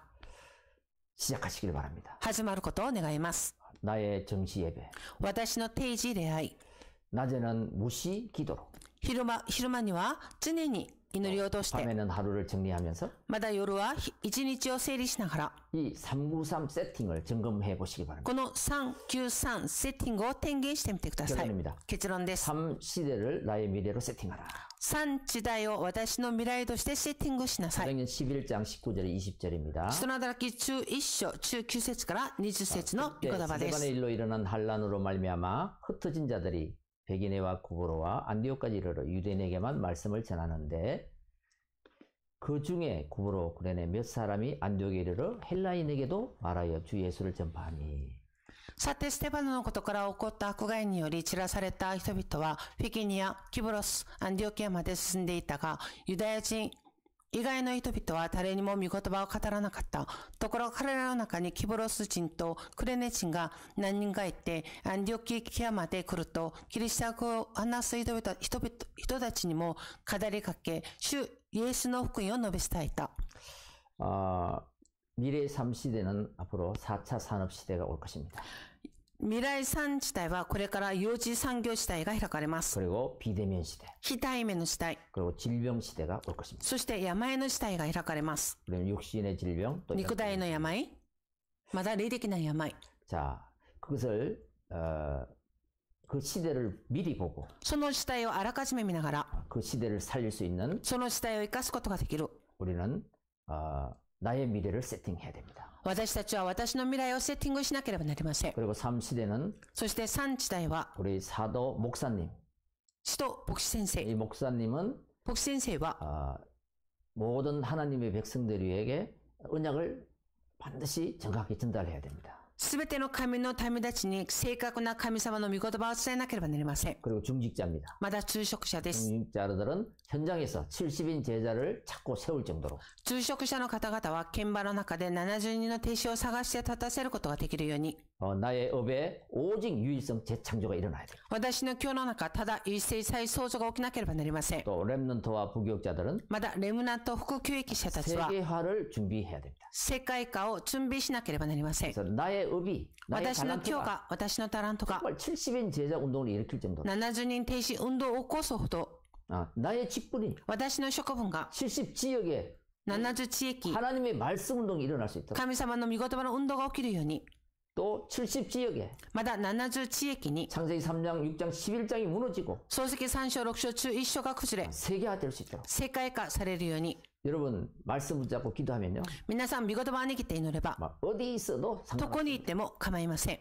[SPEAKER 1] 시작하시길 바랍니다.
[SPEAKER 2] 始まることを願います。
[SPEAKER 1] 나의 정시 예배
[SPEAKER 2] 私の定時礼拝、
[SPEAKER 1] 낮에는 무시 기도로
[SPEAKER 2] 昼間、昼間には常に祈りを通して、
[SPEAKER 1] 밤에는 하루를 정리하면서
[SPEAKER 2] まだ夜はひ一日を整理しながら、
[SPEAKER 1] 이 393 세팅을 점검해 보시기 바랍니다.
[SPEAKER 2] この393セッティングを点検してみてください。
[SPEAKER 1] 결론입니다.
[SPEAKER 2] 結論です。
[SPEAKER 1] 3 시대를 나의 미래로 세팅하라.
[SPEAKER 2] 3時代を私の未来としてセッティングしなさい。
[SPEAKER 1] 사도행전 11장 19절에 20절입니다.
[SPEAKER 2] 人の働き中1章、中9節から20節の御言葉で
[SPEAKER 1] 세간의
[SPEAKER 2] す。
[SPEAKER 1] 일로 일어난 반란으로 말미암아 흩어진 자들이 베기네와 구보로와 안디오까지 이르러 유대인에게만 말씀을 전하는데 그 중에 구보로 구레네 몇 사람이 안디옥에 이르러 헬라인에게도 말하여 주 예수를 전파하니
[SPEAKER 2] さて、ステパノのことから起こった迫害により散らされた人々は、フィギニア、キブロス、アンディオキアまで進んでいたが、ユダヤ人以外の人々は誰にも御言葉を語らなかった。ところが彼らの中にキブロス人とクレネ人が何人かいて、アンディオキアまで来ると、キリシタ語を話す人々人々人たちにも語りかけ、主イエスの福音を述べ伝えた。
[SPEAKER 1] 아, 미래의 3시대는 앞으로 4차 산업시대가 올 것입니다.
[SPEAKER 2] 未来産時代はこれから幼児産業時代が開かれます。
[SPEAKER 1] 그리고 비대면 시대,
[SPEAKER 2] 非対面の時代。
[SPEAKER 1] 그리고 질병 시대가 올 것입니다.
[SPEAKER 2] そして病の事態が開かれます。
[SPEAKER 1] 그리고 육신의 질병, 또
[SPEAKER 2] 肉体の病、まだ霊的な病。
[SPEAKER 1] 자, 그것을 어, 그 시대를 미리 보고
[SPEAKER 2] その事態をあらかじめ見ながら、
[SPEAKER 1] 그 시대를 살릴 수 있는
[SPEAKER 2] その事態を生かすことができる。
[SPEAKER 1] 우리는 어, 나의 미래를 세팅해야 됩니다.
[SPEAKER 2] 私たちは私の未来をセッティングしなければなりません。
[SPEAKER 1] 그리고 3시대는
[SPEAKER 2] そして3時代は、
[SPEAKER 1] 우리 사도 목사님.
[SPEAKER 2] 使徒牧師先生。
[SPEAKER 1] 이 목사님은
[SPEAKER 2] 牧師先生は、
[SPEAKER 1] 어, 모든 하나님의 백성들에게 언약을 반드시 정확히 전달해야 됩니다.
[SPEAKER 2] すべての神の民たちに正確な神様の御言葉を伝えなければなりません。
[SPEAKER 1] 그리고 중직자입니다.
[SPEAKER 2] まだ昼食者です。
[SPEAKER 1] 중직자들은 현장에서 70인 제자를 찾고 세울 정도로
[SPEAKER 2] 昼食者の方々は、現場の中で70人の弟子を探して立たせることができるように、
[SPEAKER 1] 어, 나의 업에 오직 유일성 재창조가 일어나야 됩니다.
[SPEAKER 2] 私の今日の中、ただ一世再創造が起きなければなりません。
[SPEAKER 1] 또 렘넌트와 부교육자들은
[SPEAKER 2] まだレムナント副教育者たちは
[SPEAKER 1] 세계화를 준비해야 됩니다.
[SPEAKER 2] 世界化を準備しなければなりません。
[SPEAKER 1] 그래서 나의 업이 나의
[SPEAKER 2] 私の教
[SPEAKER 1] 달란트가
[SPEAKER 2] 科、私のタラントが
[SPEAKER 1] 정말 70인 제자 운동을 일으킬 정도로
[SPEAKER 2] 70人停止運動を起こすほど、
[SPEAKER 1] 아, 나의 직분이
[SPEAKER 2] 私の職分が
[SPEAKER 1] 70 지역에
[SPEAKER 2] 70地域、
[SPEAKER 1] 하나님의 말씀 운동이 일어날 수 있도록
[SPEAKER 2] 神様の御言葉の運動が起きるように、
[SPEAKER 1] 또 70 지역에
[SPEAKER 2] まだ70地域に
[SPEAKER 1] 창세기 3장 6장 11장이 무너지고
[SPEAKER 2] 漱石3章6章中1章が崩れ、
[SPEAKER 1] 세계화 될 수 있도록
[SPEAKER 2] 世界化されるように、
[SPEAKER 1] 여러분 말씀 붙잡고 기도하면요
[SPEAKER 2] 皆さん御言葉を握って祈れば、
[SPEAKER 1] 막 어디 있어도
[SPEAKER 2] どこ
[SPEAKER 1] 상관없어요
[SPEAKER 2] に行っても構いません。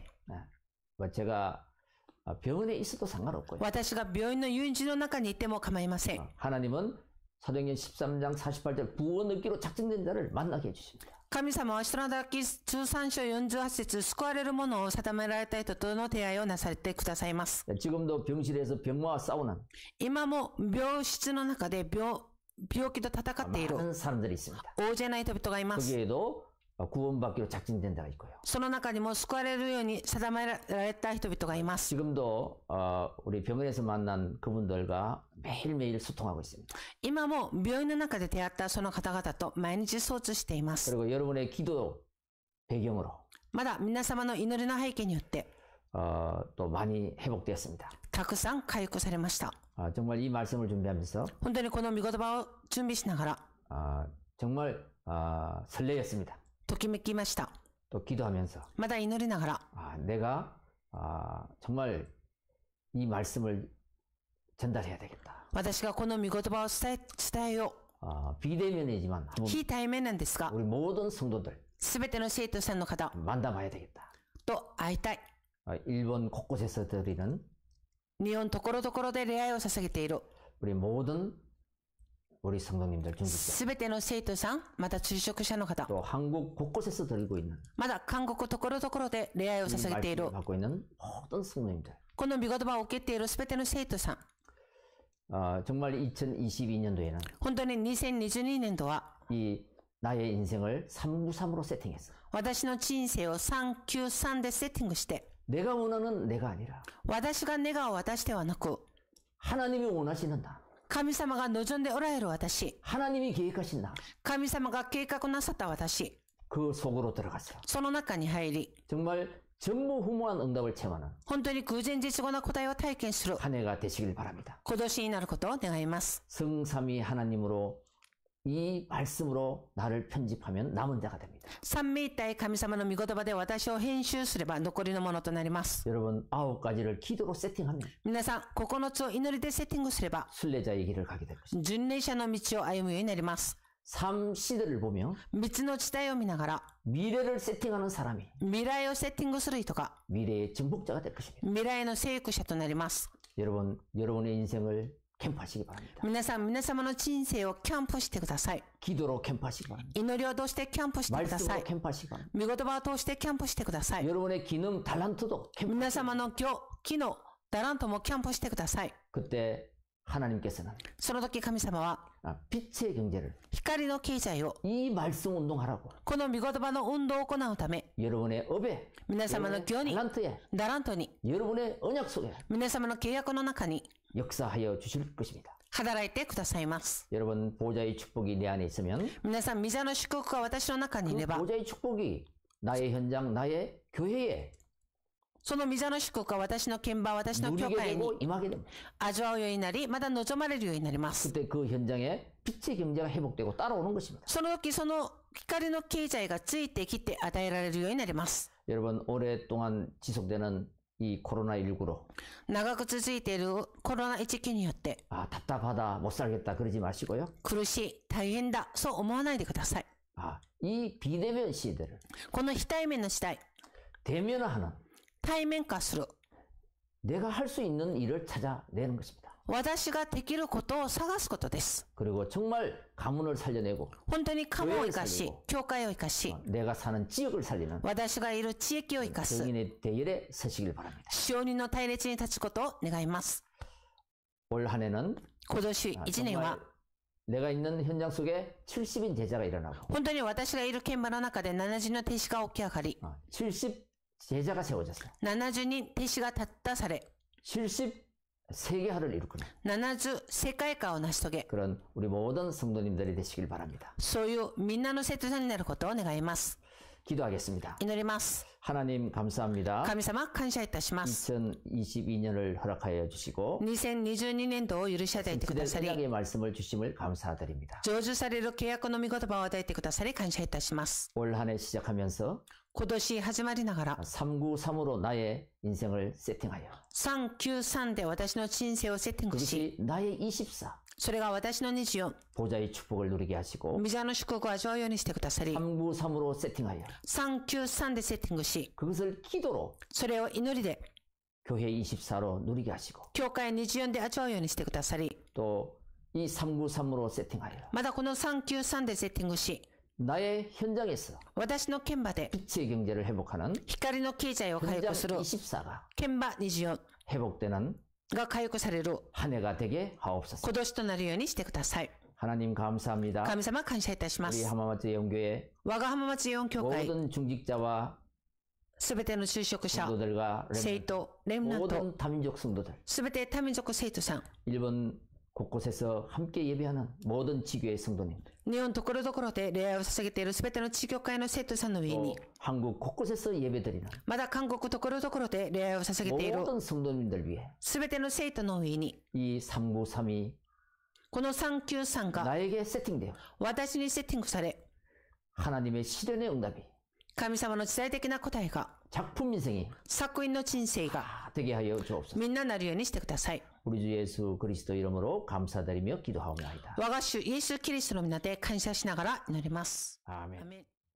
[SPEAKER 1] 뭐 제가 아, 병원에 있어도 상관없고요
[SPEAKER 2] 私が病院の友人の中に行っても構いません。
[SPEAKER 1] 아, 하나님은 사도행전 13장 48절 부원 얻기로 작정된 자를 만나게 해주십니다
[SPEAKER 2] 神様は人の働き13章48節救われる者を定められた人との出会いをなされてくださいます。
[SPEAKER 1] 네, 지금도 병실에서 병마와 싸우는
[SPEAKER 2] 今も病室の中で病、病気と戦っている
[SPEAKER 1] 많은 사람들이 있습니다
[SPEAKER 2] 大勢な人々がいます。
[SPEAKER 1] 거기에도 어, 구원받기로 작정된 자가 있고요.
[SPEAKER 2] その中にも救われるように定められた人々がいます。
[SPEAKER 1] 지금도 어, 우리 병원에서 만난 그분들과 매일매일 소통하고 있습니다.
[SPEAKER 2] 今も病院の中で出会ったその方々と毎日相通しています。
[SPEAKER 1] 그리고 여러분의 기도 배경으로
[SPEAKER 2] まだ皆様の祈りの背景によって、
[SPEAKER 1] 어, 또 많이 회복되었습니다.
[SPEAKER 2] たくさん回復されました。
[SPEAKER 1] 아, 정말 이 말씀을 준비하면서
[SPEAKER 2] 本当にこの御言葉を準備しながら、
[SPEAKER 1] 아, 정말 아, 설레였습니다.
[SPEAKER 2] ときめきました。
[SPEAKER 1] 또 기도하면서
[SPEAKER 2] まだ祈りながら、
[SPEAKER 1] 아, 내가 아, 정말 이 말씀을 전달해야 되겠다.
[SPEAKER 2] 私がこの御言葉を伝え、伝えよ
[SPEAKER 1] 아, 비대면이지만 한번
[SPEAKER 2] う。非対面なんですが、
[SPEAKER 1] 우리 모든 성도들
[SPEAKER 2] すべての生徒さんの方
[SPEAKER 1] 만나봐야 되겠다.
[SPEAKER 2] と会いたい。
[SPEAKER 1] 어, 일본 곳곳에서 드리는
[SPEAKER 2] 日本ところどころで恋愛を捧げている。
[SPEAKER 1] 우리 모든 우리 성도님들 중직자
[SPEAKER 2] すべての生徒さん、また昼食者の方、
[SPEAKER 1] 또 한국 곳곳에서 드리고 있는
[SPEAKER 2] まだ韓国ところどころで恋愛を
[SPEAKER 1] 이
[SPEAKER 2] 捧げている
[SPEAKER 1] 말씀을 。 받고 있는 모든 성도님들
[SPEAKER 2] この御言葉を受けているすべての生徒さん、
[SPEAKER 1] 어, 정말 2022년도에는
[SPEAKER 2] 本当に2022年度は、
[SPEAKER 1] 이 나의 인생을 393으로 세팅했어
[SPEAKER 2] 私の人生を393でセッティングして、
[SPEAKER 1] 내가 원하는 내가 아니라
[SPEAKER 2] 私が願う私ではなく、
[SPEAKER 1] 하나님이 원하시는 나
[SPEAKER 2] 神様が望んでおられる私、
[SPEAKER 1] 하나님이 계획하신 나 그
[SPEAKER 2] 神様が計画なさった私、
[SPEAKER 1] 속으로 그 들어가세요
[SPEAKER 2] その中に入り、
[SPEAKER 1] 정말 전무후무한 응답을 체험하는
[SPEAKER 2] 本当に偶然絶後な答えを体験する
[SPEAKER 1] 한 해가 되시길 바랍니다.
[SPEAKER 2] 今年になることを願います。
[SPEAKER 1] 성삼위 하나님으로 이 말씀으로 나를 편집하면 남은 자가 됩니다.
[SPEAKER 2] 三名体神様の御言葉で私を編集すれば残りのものとなります。
[SPEAKER 1] 여러분 아홉 가지를 기도로 세팅하면
[SPEAKER 2] 皆さん、9つを祈りでセッティングすれば、
[SPEAKER 1] 순례자의 길을 가게 될 것입니다.
[SPEAKER 2] 巡礼者の道を歩むようになります。
[SPEAKER 1] 삼 시대를 보며
[SPEAKER 2] 3つの地帯を見ながら、
[SPEAKER 1] 미래를 세팅하는 사람이
[SPEAKER 2] 未来をセッティングする人が、
[SPEAKER 1] 미래의 정복자가 될 것입니다.
[SPEAKER 2] 未来の征服者となります。
[SPEAKER 1] 여러분 여러분의 인생을 캠프하시기 바랍니다.
[SPEAKER 2] 皆さん、皆様の人生をキャンプしてください。
[SPEAKER 1] 기도로 캠프하시기 바랍니다.
[SPEAKER 2] 祈りを通してキャンプしてくださ
[SPEAKER 1] 말씀으로
[SPEAKER 2] い。
[SPEAKER 1] 캠프하시기 바랍니다.
[SPEAKER 2] 御言葉を通してキャンプしてください。
[SPEAKER 1] 여러분의 기능 달란트도 캠프.
[SPEAKER 2] 皆様の行、機能、ダラントもキャンプしてください。
[SPEAKER 1] 그때 하나님께서는
[SPEAKER 2] その時神様は、
[SPEAKER 1] 아, 빛의 경제를
[SPEAKER 2] 光の経済を、
[SPEAKER 1] 이 말씀 운동하라고
[SPEAKER 2] この御言葉の運動を行うため、
[SPEAKER 1] 여러분의 업에
[SPEAKER 2] 皆様の
[SPEAKER 1] 여러분의
[SPEAKER 2] 行に、
[SPEAKER 1] 달란트에
[SPEAKER 2] ダラントに、
[SPEAKER 1] 여러분의 언약 속에
[SPEAKER 2] 皆様の契約の中に
[SPEAKER 1] 역사하여 주실 것입니다.
[SPEAKER 2] 働いてくださいます。
[SPEAKER 1] 여러분 보좌의 축복이 내 안에 있으면
[SPEAKER 2] 皆さん、御座の祝福が私の中にい
[SPEAKER 1] 그
[SPEAKER 2] れば、
[SPEAKER 1] 보좌의 축복이 나의 현장, 나의 교회에
[SPEAKER 2] その御座の祝福が私の鍵盤、私の教
[SPEAKER 1] 누리게
[SPEAKER 2] 会に
[SPEAKER 1] 되고 임하게 됩니다.
[SPEAKER 2] 味わうようになり、まだ望まれるようになります。
[SPEAKER 1] 그때 그 현장에 빛의 경제가 회복되고 따라오는 것입니다.
[SPEAKER 2] その時、その光の経済がついてきて与えられるようになります。
[SPEAKER 1] 여러분 오랫동안 지속되는 이 코로나19로
[SPEAKER 2] 長く続いているコロナ一期によって、
[SPEAKER 1] 아, 답답하다, 못 살겠다 그러지 마시고요.
[SPEAKER 2] 苦しい、大変だ、そう思わないでください。
[SPEAKER 1] 아, 이 비대면 시대를
[SPEAKER 2] この非対面の時代、
[SPEAKER 1] 대면화하는
[SPEAKER 2] 対面化する。
[SPEAKER 1] 내가 할 수 있는 일을 찾아내는 것입니다.
[SPEAKER 2] 私ができることを探すことです。
[SPEAKER 1] 그리고 정말 가문을 살려내고
[SPEAKER 2] 本当にカモを生かし
[SPEAKER 1] 上へ下げよ、
[SPEAKER 2] 教会を生かし
[SPEAKER 1] 어, 、 내가 사는 지역을 살리는
[SPEAKER 2] 私がいる地域を生かす、
[SPEAKER 1] 정인의 대열에 서시길 바랍니다.
[SPEAKER 2] 使用人の隊列に立つことを願います。
[SPEAKER 1] 올 한해는
[SPEAKER 2] 今年
[SPEAKER 1] 아,
[SPEAKER 2] 1年は
[SPEAKER 1] 정말 、 내가 있는 현장 속에 70인 제자가 일어나고
[SPEAKER 2] 本当に私がいる現場の中で70の弟子が起き上がり、
[SPEAKER 1] 어, 70 제자가 세워졌어요.
[SPEAKER 2] 70人弟子が立たされ、
[SPEAKER 1] 70 세계화를 이루는
[SPEAKER 2] 70世界観を成し遂げ、
[SPEAKER 1] 그런 우리 모든 성도님들이 되시길 바랍니다.
[SPEAKER 2] そういうみんなの生徒さんになることを願います。
[SPEAKER 1] 기도하겠습니다.
[SPEAKER 2] 祈ります。
[SPEAKER 1] 하나님 감사합니다.
[SPEAKER 2] 神様、感謝いたします。
[SPEAKER 1] 2022년을 허락하여 주시고
[SPEAKER 2] 2022年度を許し与えてく
[SPEAKER 1] 기대
[SPEAKER 2] ださり、
[SPEAKER 1] 언약의 말씀을 주심을 감사드립니다.
[SPEAKER 2] 成就される契約の御言葉を与えてくださり感謝いたします。
[SPEAKER 1] 올 한해 시작하면서
[SPEAKER 2] 今年始まりながら、
[SPEAKER 1] 393으로 나의 인생을 세팅하여
[SPEAKER 2] 393で私の人生をセッティングし、
[SPEAKER 1] 그것이 나의 24
[SPEAKER 2] それが私の24、
[SPEAKER 1] 보좌의 축복을 누리게 하시고
[SPEAKER 2] ビザの祝福を味わうようにしてくださり、
[SPEAKER 1] 393으로 세팅하여
[SPEAKER 2] 393でセッティングし、
[SPEAKER 1] 그것을 기도로
[SPEAKER 2] それを祈りで、
[SPEAKER 1] 교회 24로 누리게 하시고
[SPEAKER 2] 教会24で味わうようにしてくださり、
[SPEAKER 1] 또 이 393으로 세팅하여
[SPEAKER 2] まだこの393でセッティングし、
[SPEAKER 1] 나의 현장에서
[SPEAKER 2] 私の剣場で
[SPEAKER 1] 빛의 경제를 회복하는
[SPEAKER 2] 光の経済を回
[SPEAKER 1] 현장
[SPEAKER 2] 復する
[SPEAKER 1] 24가
[SPEAKER 2] 剣場24
[SPEAKER 1] 회복되는
[SPEAKER 2] が回復される
[SPEAKER 1] 한 해가 되게 하옵소서.
[SPEAKER 2] 今年となるようにしてください。
[SPEAKER 1] 하나님 감사합니다.
[SPEAKER 2] 神様感謝いたしま
[SPEAKER 1] 우리
[SPEAKER 2] す。
[SPEAKER 1] 하마마트 영교회
[SPEAKER 2] 我が浜松4教会、
[SPEAKER 1] 모든 중직자와
[SPEAKER 2] すべての就職者、
[SPEAKER 1] 성도들과
[SPEAKER 2] 生
[SPEAKER 1] 렘넌트,
[SPEAKER 2] 徒、レムナント、
[SPEAKER 1] 모든 다민족 성도들
[SPEAKER 2] すべて多民族生徒さん、
[SPEAKER 1] 일본 곳곳에서 함께 예배하는 모든 지교의 성도님들
[SPEAKER 2] 日本ところどころで礼拝を捧げているすべての地教会の生徒さんの上
[SPEAKER 1] 또
[SPEAKER 2] に、
[SPEAKER 1] 한국 곳곳에서 예배드리는
[SPEAKER 2] まだ韓国ところどころで礼拝を捧げている
[SPEAKER 1] 모든 성도님들 위해
[SPEAKER 2] すべての生徒の上に、
[SPEAKER 1] 이 393이
[SPEAKER 2] この393が
[SPEAKER 1] 나에게 세팅되어
[SPEAKER 2] 私にセッティングされ、
[SPEAKER 1] 하나님의 시련의 응답이
[SPEAKER 2] 神様の時代的な答えが、
[SPEAKER 1] 작품 인생이
[SPEAKER 2] 作品の人生が、
[SPEAKER 1] 다 되게 하여 주옵소서.
[SPEAKER 2] みんななるようにしてください。
[SPEAKER 1] 우리 주 예수 그리스도 이름으로 감사드리며 기도하옵나이다.
[SPEAKER 2] 我が主イエス・キリストの皆で感謝しながら祈ります。
[SPEAKER 1] 아멘.
[SPEAKER 2] アメン